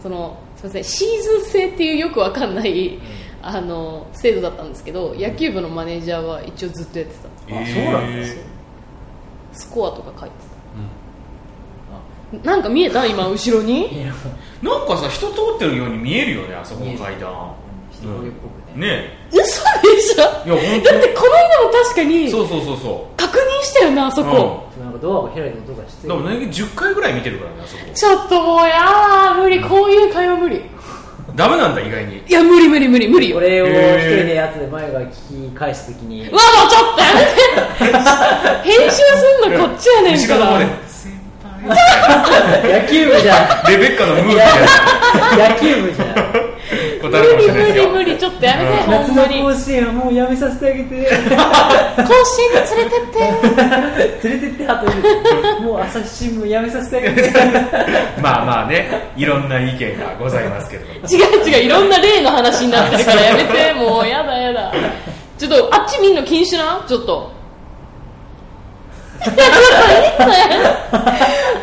Speaker 2: そのすいませんシーズン制っていうよくわかんない、あの制度だったんですけど野球部のマネージャーは一応ずっとやってた
Speaker 1: あそうなんだ
Speaker 3: えー
Speaker 2: スコアとか書いて
Speaker 3: う
Speaker 2: たなんか見えた今後ろに
Speaker 1: いや
Speaker 3: んなんかさ人通ってるように見えるよねあそこの
Speaker 1: 人
Speaker 3: 階段
Speaker 1: 影っぽくね
Speaker 3: ね
Speaker 2: 嘘でしょ
Speaker 3: いや本
Speaker 2: だってこの間も確か
Speaker 3: 当
Speaker 2: に
Speaker 3: にそうそうそうそ
Speaker 2: 確認したよなあ
Speaker 3: う
Speaker 2: そこ、
Speaker 1: そうなんかドアを開いたりとかして
Speaker 3: うんでも何気に10回ぐらい見てるからねあそこ
Speaker 2: ちょっともうやー無理こういう会話無理
Speaker 3: ダメなんだ意外に
Speaker 2: いや無理無理無理無理よ
Speaker 1: こ
Speaker 2: わ
Speaker 1: れを一人でやつで前が聞き返すとき に
Speaker 2: もうちょっとやめて編集すんのこっちやねん
Speaker 3: 後
Speaker 2: か
Speaker 3: ろの方で
Speaker 2: ら
Speaker 3: 先輩
Speaker 1: 野球部じゃん
Speaker 3: レベッカのムービーや
Speaker 1: 野球部じゃん
Speaker 3: 答
Speaker 2: 無
Speaker 3: えるかもし
Speaker 2: 理
Speaker 3: れな
Speaker 2: 無
Speaker 3: いですよ
Speaker 2: 理無理ちょっとやめて、ほ
Speaker 1: 夏
Speaker 2: ん
Speaker 1: の
Speaker 2: まに
Speaker 1: 甲子園はもうやめさせてあげ て
Speaker 2: 甲子園に連れてって
Speaker 1: 連れてって後でもう朝日新聞やめさせてあげて
Speaker 3: まあまあねいろんな意見がございますけれども
Speaker 2: 違う違ういろんな例の話になってるからや めてもうやだやだちょっとあっち見んの禁止なちょっ といやちょっといいのや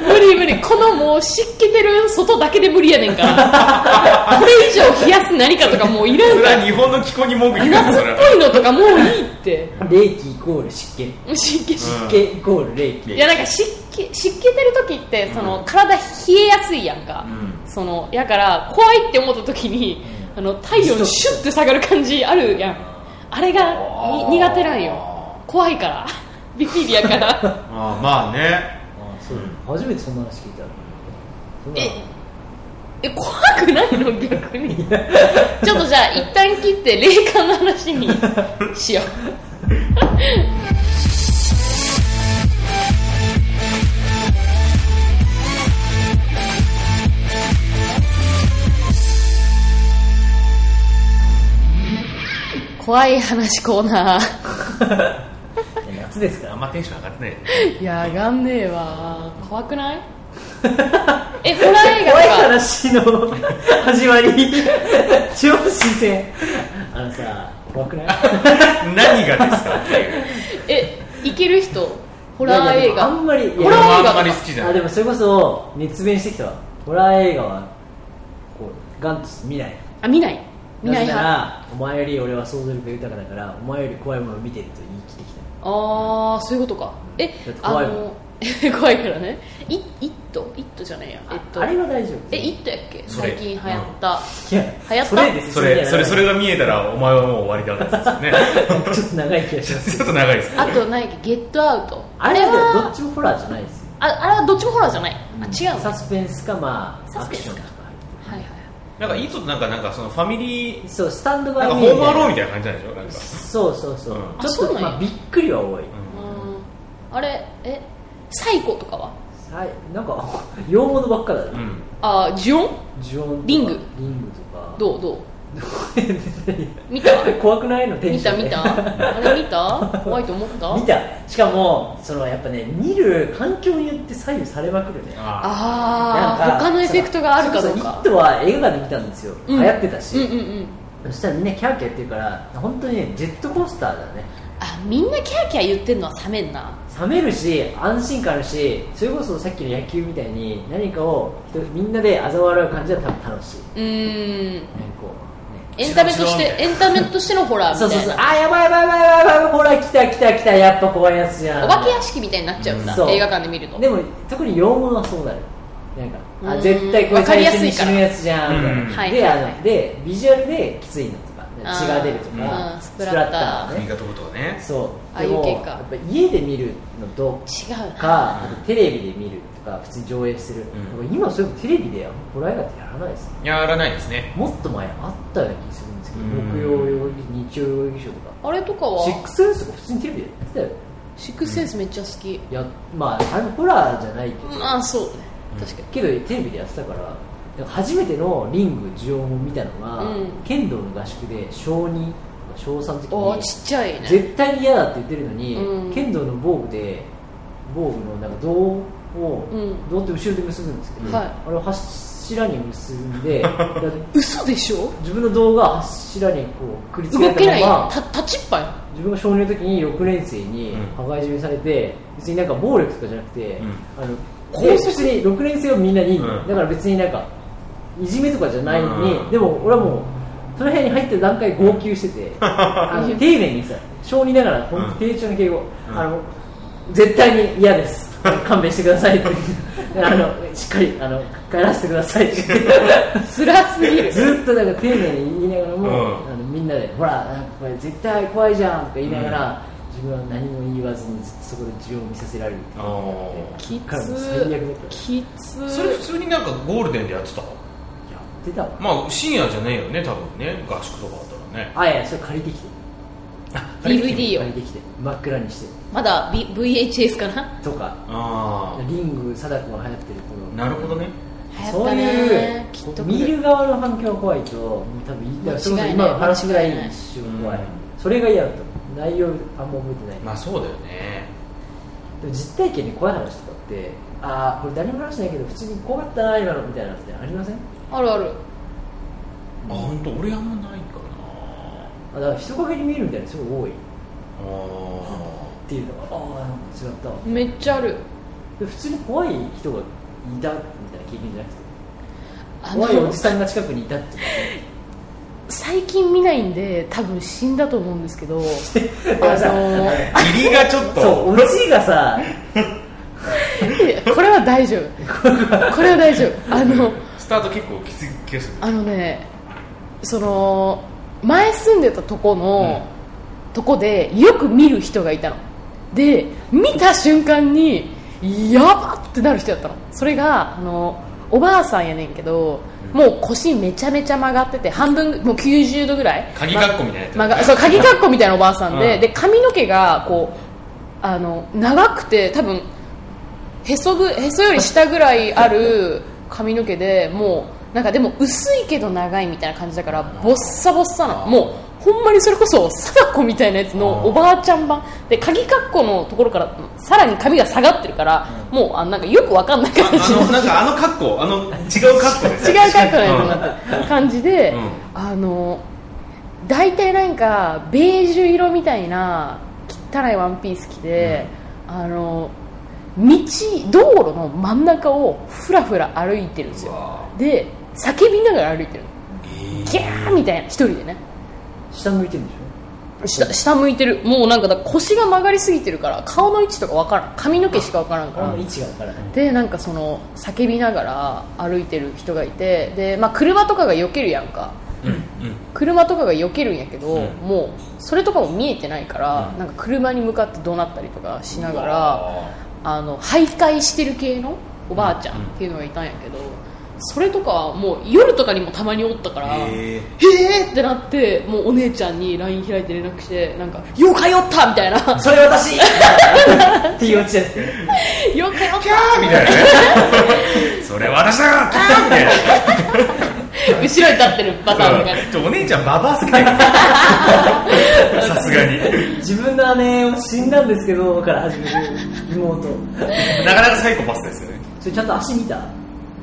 Speaker 2: 無理無理このもう湿気てる外だけで無理やねんからこれ以上冷やす何かとかもういら
Speaker 3: そ
Speaker 2: ん
Speaker 3: れ
Speaker 2: から
Speaker 3: は日本の気候に文句言うから
Speaker 2: 夏
Speaker 3: そ
Speaker 2: っ
Speaker 3: れは
Speaker 2: ぽいのとかもういいって
Speaker 1: 冷気イコール湿気
Speaker 2: 湿気湿
Speaker 1: 湿気イコール冷気
Speaker 2: 気いやなんか湿気湿気てる時ってその体冷えやすいやんか、
Speaker 3: うん
Speaker 2: そのやから怖いって思った時にあの体温シュッて下がる感じあるやんあれがに苦手なんよ怖いから ビビリやから
Speaker 3: ああまあね
Speaker 1: あそう初めてそんな話聞いたそんな
Speaker 2: ええ怖くないの逆にちょっとじゃあ一旦切って霊感の話にしよう怖い話コーナー
Speaker 1: いや夏ですか
Speaker 3: あ
Speaker 1: ら
Speaker 3: んまテンション上がってない
Speaker 2: いやあがんねえわ怖くないえホラー映画
Speaker 1: 怖い
Speaker 2: とか
Speaker 1: 話の 始まり超新鮮あのさ怖くない
Speaker 3: 何がですかっていう
Speaker 2: えいける人ホラー
Speaker 1: いやいや
Speaker 2: 映
Speaker 1: でもあ
Speaker 2: 画
Speaker 1: んまりいや
Speaker 2: ホラー映画
Speaker 3: あんまり好きじゃな
Speaker 1: あ
Speaker 3: い
Speaker 1: でもそれこそ熱弁してきたわホラー映画はこうガンと見ない
Speaker 2: あ見ない見
Speaker 1: な
Speaker 2: ない
Speaker 1: ぜな
Speaker 2: 派あ
Speaker 1: らお前より俺は想像力が豊かだからお前より怖いものを見てると言い切ってきた
Speaker 2: あーそういうことかえ
Speaker 1: だって
Speaker 2: あ
Speaker 1: 怖いもん
Speaker 2: の 怖いからね「イイット」「イット」じゃないやえっと
Speaker 1: ああれは大丈夫
Speaker 2: えイットやっけ
Speaker 3: それ
Speaker 2: 最近流行った、
Speaker 1: いや
Speaker 2: 流行った
Speaker 1: それです
Speaker 3: それそれそれが見えたらお前はもう終わりだなん ですよね
Speaker 1: ちょっと長い気がします
Speaker 3: ちょっと長いです
Speaker 2: あと何やっけ「ゲットアウト」あれ
Speaker 1: は
Speaker 2: は
Speaker 1: どっちもホラーじゃないですよ
Speaker 2: ああれはどっちもホラーじゃない、あ違うの
Speaker 1: サスペンスかまあ
Speaker 2: サ
Speaker 1: ア
Speaker 2: スペ
Speaker 1: ク
Speaker 2: ンス
Speaker 1: ショ
Speaker 2: か
Speaker 1: ンとか入って
Speaker 2: はいはい
Speaker 3: なんかいいとなんかなんかそのファミリー
Speaker 1: るそうスタンドバ
Speaker 3: なん
Speaker 1: イ
Speaker 3: か
Speaker 1: ミ
Speaker 3: ホームアローンみ
Speaker 1: み
Speaker 3: たいな感じなんでしょなんか
Speaker 1: たいなそうそうそう、
Speaker 3: う
Speaker 1: ちょ
Speaker 3: ん
Speaker 2: あそう
Speaker 1: っ
Speaker 2: な
Speaker 1: と、
Speaker 2: んや
Speaker 1: まあ、びっくりは多い、
Speaker 2: うんあれえサイコとかは
Speaker 1: はいなんか 洋物ばっかだよ、
Speaker 3: うん、うん
Speaker 2: あジオン
Speaker 1: ジオンとか
Speaker 2: リング
Speaker 1: リングとか
Speaker 2: どうどう見た
Speaker 1: 怖くないのテン
Speaker 2: 見
Speaker 1: ショ
Speaker 2: た
Speaker 1: ンで
Speaker 2: 見たあれ見 た怖いと思った
Speaker 1: 見たしかもそのやっぱね見る環境によって左右されまくるね
Speaker 3: あ
Speaker 2: あ
Speaker 1: なん
Speaker 2: あ
Speaker 1: か
Speaker 2: 他のエフェクトがあるかどう
Speaker 1: そうそう「イ
Speaker 2: か
Speaker 1: ット!」は映画館で見たんですよ、
Speaker 2: うん
Speaker 1: 流行ってたし、
Speaker 2: うんうんうん
Speaker 1: そしたらみんなキャーキャー言ってるから本当にねジェットコースターだよね
Speaker 2: あみんなキャーキャー言ってんのは冷めんな
Speaker 1: 冷めるし安心感あるしそれこそさっきの野球みたいに何かを人みんなで嘲笑う感じは多分楽しい、
Speaker 2: うーん
Speaker 1: なんかこうね
Speaker 2: エンタメとし
Speaker 3: 違う違う
Speaker 2: て
Speaker 3: みた
Speaker 2: エンタメとしてのホラーみた
Speaker 1: そ
Speaker 2: いうな
Speaker 1: そうそうあやばいやばいやばいやばいやばいほら来た来た来たやっぱ怖いやつじゃん
Speaker 2: お化け屋敷みたいになっちゃうんだ、
Speaker 1: そう
Speaker 2: 映画館で見ると
Speaker 1: でも特に洋物はそうなるなんか
Speaker 2: う
Speaker 1: あ
Speaker 2: ん
Speaker 1: 絶対これ
Speaker 2: わか
Speaker 1: 最
Speaker 2: りや
Speaker 1: 初
Speaker 2: す
Speaker 1: に
Speaker 2: いか
Speaker 1: 死
Speaker 2: ら
Speaker 1: ぬやつじゃんみたいな、
Speaker 3: うん
Speaker 2: はい
Speaker 1: で
Speaker 2: はいはい
Speaker 1: あのでビジュアルできついのとか
Speaker 2: あー
Speaker 1: 血が出ると
Speaker 2: う
Speaker 1: か
Speaker 2: ん
Speaker 1: スプラッター
Speaker 3: 首
Speaker 1: ね
Speaker 3: が飛ぶとかね
Speaker 1: そう
Speaker 2: ああい
Speaker 1: で
Speaker 2: う
Speaker 1: も
Speaker 2: 系
Speaker 1: や
Speaker 2: か
Speaker 1: っぱ家で見るのと
Speaker 2: 違うな
Speaker 1: かあとテレビで見るとか普通に上映する、
Speaker 3: う
Speaker 1: 今そういうのテレビでホラー映画ってやらないですね
Speaker 3: やらないですね
Speaker 1: もっと前あったような気がするんですけど、
Speaker 3: うん
Speaker 1: 木曜容疑日曜容疑所とか
Speaker 2: あれとか
Speaker 1: シッ
Speaker 2: は
Speaker 1: クスセンスとか普通にテレビでやってたよ
Speaker 2: シックスセンスめっちゃ好き、
Speaker 1: やまああれホラーじゃないけど、
Speaker 2: まあそうね
Speaker 3: うん
Speaker 2: 確かに
Speaker 1: けどテレビでやってたから初めてのリングジオンを見たのが、
Speaker 2: うん
Speaker 1: 剣道の合宿で小2小3の時
Speaker 2: おー
Speaker 1: に
Speaker 2: ちっちゃいね
Speaker 1: 絶対に嫌だって言ってるのに、
Speaker 2: うん
Speaker 1: 剣道の防具で防具のなんか胴を、
Speaker 2: うん
Speaker 1: 胴って後ろで結ぶんですけど、
Speaker 2: はい
Speaker 1: あれを柱に結ん でだって
Speaker 2: 嘘でしょ
Speaker 1: 自分の胴が柱にこうくりつけ
Speaker 2: 動けな
Speaker 1: た
Speaker 2: い
Speaker 1: ま
Speaker 2: よ
Speaker 1: ま
Speaker 2: た立ちっぱよ
Speaker 1: 自分が少年の時に6年生に
Speaker 3: うん
Speaker 1: 羽交い締めされて、別になんか暴力とかじゃなくて、
Speaker 3: う
Speaker 1: あの
Speaker 2: 高
Speaker 1: で
Speaker 2: 卒
Speaker 1: 別に6年生はみんなに、
Speaker 3: うん
Speaker 1: だから別になんかいじめとかじゃないのに、
Speaker 3: うん
Speaker 1: でも俺はもうその辺に入ってる段階号泣して てあの丁寧にさ小児ながら本当丁重な敬語、
Speaker 3: うん
Speaker 1: あの絶対に嫌です勘弁してくださいってあのしっかりあの帰らせてくださいって
Speaker 2: 辛すぎる
Speaker 1: ずっとなんか丁寧に言いながらも、
Speaker 3: うん
Speaker 1: あのみんなで、ほら、なんかこれ絶対怖いじゃんとか言いながら、自分は何も言わずに、そこで自分を見させられるっていうのがあって
Speaker 2: き
Speaker 1: からもう最悪だった
Speaker 2: つきつ
Speaker 3: それ普通になんかゴールデンでやってた
Speaker 1: やってたわ、
Speaker 3: まあ深夜じゃねえよね多分ね合宿とかあったらね
Speaker 1: あいや、それ借りてきて、
Speaker 2: DVD を
Speaker 1: 借りてきて、真っ暗にして
Speaker 2: まだ、B、VHS かな
Speaker 1: とか、
Speaker 3: あ
Speaker 1: リング、貞子が流行ってる頃
Speaker 3: あなるほどね
Speaker 2: 流行っ
Speaker 1: そう
Speaker 2: た
Speaker 1: いう
Speaker 2: ねきっと
Speaker 1: 見る側の反響が怖いともう多分だからそれこそ今の話ぐらい一瞬怖い
Speaker 3: 間違いない
Speaker 1: それが嫌だと内容あんま覚えてない
Speaker 3: まあそうだよね
Speaker 1: でも実体験に怖い話とかってああこれ誰も話してないけど普通に怖かったな今のみたいなのってありません
Speaker 2: あるある
Speaker 3: あ本当俺あんまないかな
Speaker 1: あだから人影に見えるみたいなのすごい多いっ
Speaker 3: あー
Speaker 1: ていうのがああなんか違ったわ
Speaker 2: めっちゃある
Speaker 1: で普通に怖い人がいたみたいな経験じゃなくて
Speaker 2: あ
Speaker 1: 怖いお
Speaker 2: の
Speaker 1: じさんが近くにいたっていう
Speaker 2: 最近見ないんで多分死んだと思うんですけ どあ
Speaker 1: や さ
Speaker 2: の
Speaker 3: 入りがちょっと
Speaker 1: そうおじいがさ
Speaker 2: いやこれは大丈夫 これは大丈夫あの
Speaker 3: スタート結構きつい気がする
Speaker 2: あのねその前住んでたとこの、とこでよく見る人がいたので見た瞬間にやばってなる人だったのそれがあのおばあさんやねんけど、もう腰めちゃめちゃ曲がってて半分もう90度ぐらい
Speaker 3: 鍵括弧みたいなやつ
Speaker 2: まがそう鍵括弧みたいなおばあさんで,、
Speaker 3: うん
Speaker 2: で髪の毛がこうあの長くて多分へそぐへそより下ぐらいある髪の毛でもうなんかでも薄いけど長いみたいな感じだからボッサボッサなのもうほんまにそれこそ貞子みたいなやつのおばあちゃん版で鍵括弧のところからさらに髪が下がってるから、もうあなんかよくわかんない感
Speaker 3: あ
Speaker 2: じ
Speaker 3: のなんかあの格好あの違う格好です
Speaker 2: 違うタイプのやつになってる感じで、
Speaker 3: うん
Speaker 2: あの大体なんかベージュ色みたいな汚いワンピース着て、あの道路の真ん中をふらふら歩いてるんです
Speaker 3: う
Speaker 2: よ
Speaker 3: わ
Speaker 2: で叫びながら歩いてるの
Speaker 3: え
Speaker 2: ギャーみたいな一人でね
Speaker 1: 下向いてるんでし
Speaker 2: 下下向いてるもうなんかだ腰が曲がりすぎてるから顔の位置とかわからん髪の毛しかわからん
Speaker 1: ょ
Speaker 2: か
Speaker 1: これ
Speaker 2: ら
Speaker 1: も位置が分からない
Speaker 2: でなんかその叫びながら歩いてる人がいてで、まあ、車とかが避けるやんか
Speaker 3: うんうん
Speaker 2: 車とかが避けるんやけど、
Speaker 3: うん
Speaker 2: もうそれとかも見えてないから、
Speaker 3: うん
Speaker 2: なんか車に向かって怒鳴ったりとかしなが
Speaker 3: う
Speaker 2: ら
Speaker 3: わ
Speaker 2: あの徘徊してる系のおばあちゃ
Speaker 3: うんん
Speaker 2: っていうのがいたんやけどそれとかはもう夜とかにもたまにおったから
Speaker 3: へえ
Speaker 2: へーってなってもうお姉ちゃんに LINE 開いて連絡してなんか「よう通った!」みたいな
Speaker 1: それ私って言われちゃって
Speaker 2: 「よう 通っ
Speaker 3: キャーみたいなねそれ私だキャーみたいな
Speaker 2: た!」後ろに立ってるパターンが
Speaker 3: ちょお姉ちゃんババアすぎないさすがに
Speaker 1: 自分の姉を死んだんですけどから始める妹
Speaker 3: なかなかサイコパスですよね
Speaker 1: それちゃんと足見た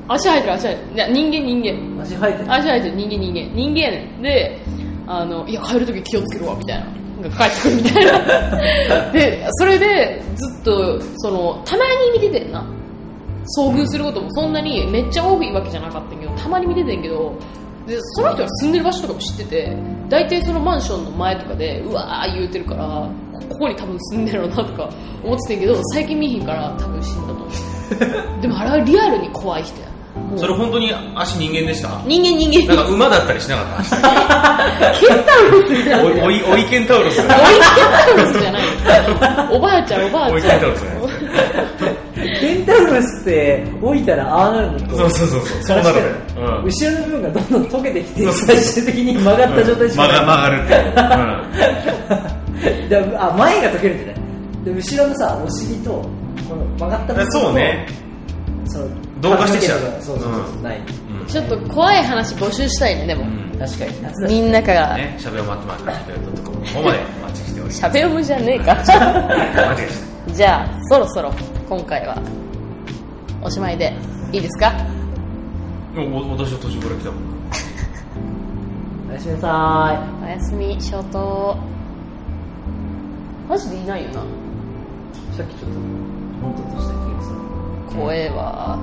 Speaker 2: 足生えてる足生えてるいや人間人間
Speaker 1: 足生えてる
Speaker 2: あ、じゃあ、じゃあ人間人間。人間やねん。で、あの、いや、帰るとき気をつけるわ、みたいな。なんか帰ってくるみたい な。で、それで、ずっと、その、たまに見ててんな。遭遇することもそんなにめっちゃ多いわけじゃなかったんやけど、たまに見ててんけど、で、その人が住んでる場所とかも知ってて、大体そのマンションの前とかで、うわー言うてるから、こここに多分住んでるなとか思っててんけど、最近見ひんから多分死んだと 思う。でもあれはリアルに怖い人や。もう
Speaker 3: それ本当に足人間でした
Speaker 2: 人間人間。
Speaker 3: なんか馬だったりしなかった
Speaker 2: ケンタウロスみたいな。
Speaker 3: おいおいおいケンタウロス
Speaker 2: おいケンタウロスじゃない。おばあちゃん、おば
Speaker 3: お
Speaker 2: あ
Speaker 3: い
Speaker 2: ち
Speaker 3: ケ
Speaker 2: ゃ
Speaker 3: ン
Speaker 2: ん
Speaker 3: タウ。ロスじゃない
Speaker 1: ケンタウロスって置いたらああなるのと
Speaker 3: そうそうそうそ
Speaker 1: から
Speaker 3: う
Speaker 1: してる
Speaker 3: そうなるうん
Speaker 1: 後ろの部分がどんどん溶けてき
Speaker 3: そ
Speaker 1: て
Speaker 3: うそう
Speaker 1: 最終的に曲がった状態しか
Speaker 3: 曲が曲がるっていう、
Speaker 1: だからあ前が溶けるんじゃないで後ろのさお尻とこの曲がった部
Speaker 3: う
Speaker 1: 分
Speaker 3: ん、
Speaker 1: と
Speaker 3: そうね
Speaker 1: その
Speaker 3: 同化してきちゃう
Speaker 1: 髪の毛とかそうそうそう、
Speaker 3: う
Speaker 1: ない
Speaker 3: うん
Speaker 2: ちょっと怖い話募集したいね、でも
Speaker 3: う。ん
Speaker 1: 確かに夏だし
Speaker 2: みんなから。
Speaker 3: ねしゃべをまとまってくれるとここまでお待ちしております
Speaker 2: しゃべおむじゃねえか。
Speaker 3: 間違えました
Speaker 2: じゃあ、そろそろ、今回は、おしまいで、いいですか
Speaker 3: でもお私は年頃来たもん
Speaker 1: おやすみなさ
Speaker 2: おやすみ、消灯。マジでいないよな。
Speaker 1: いさっきちょっと本当とした気がする
Speaker 2: 怖えわ。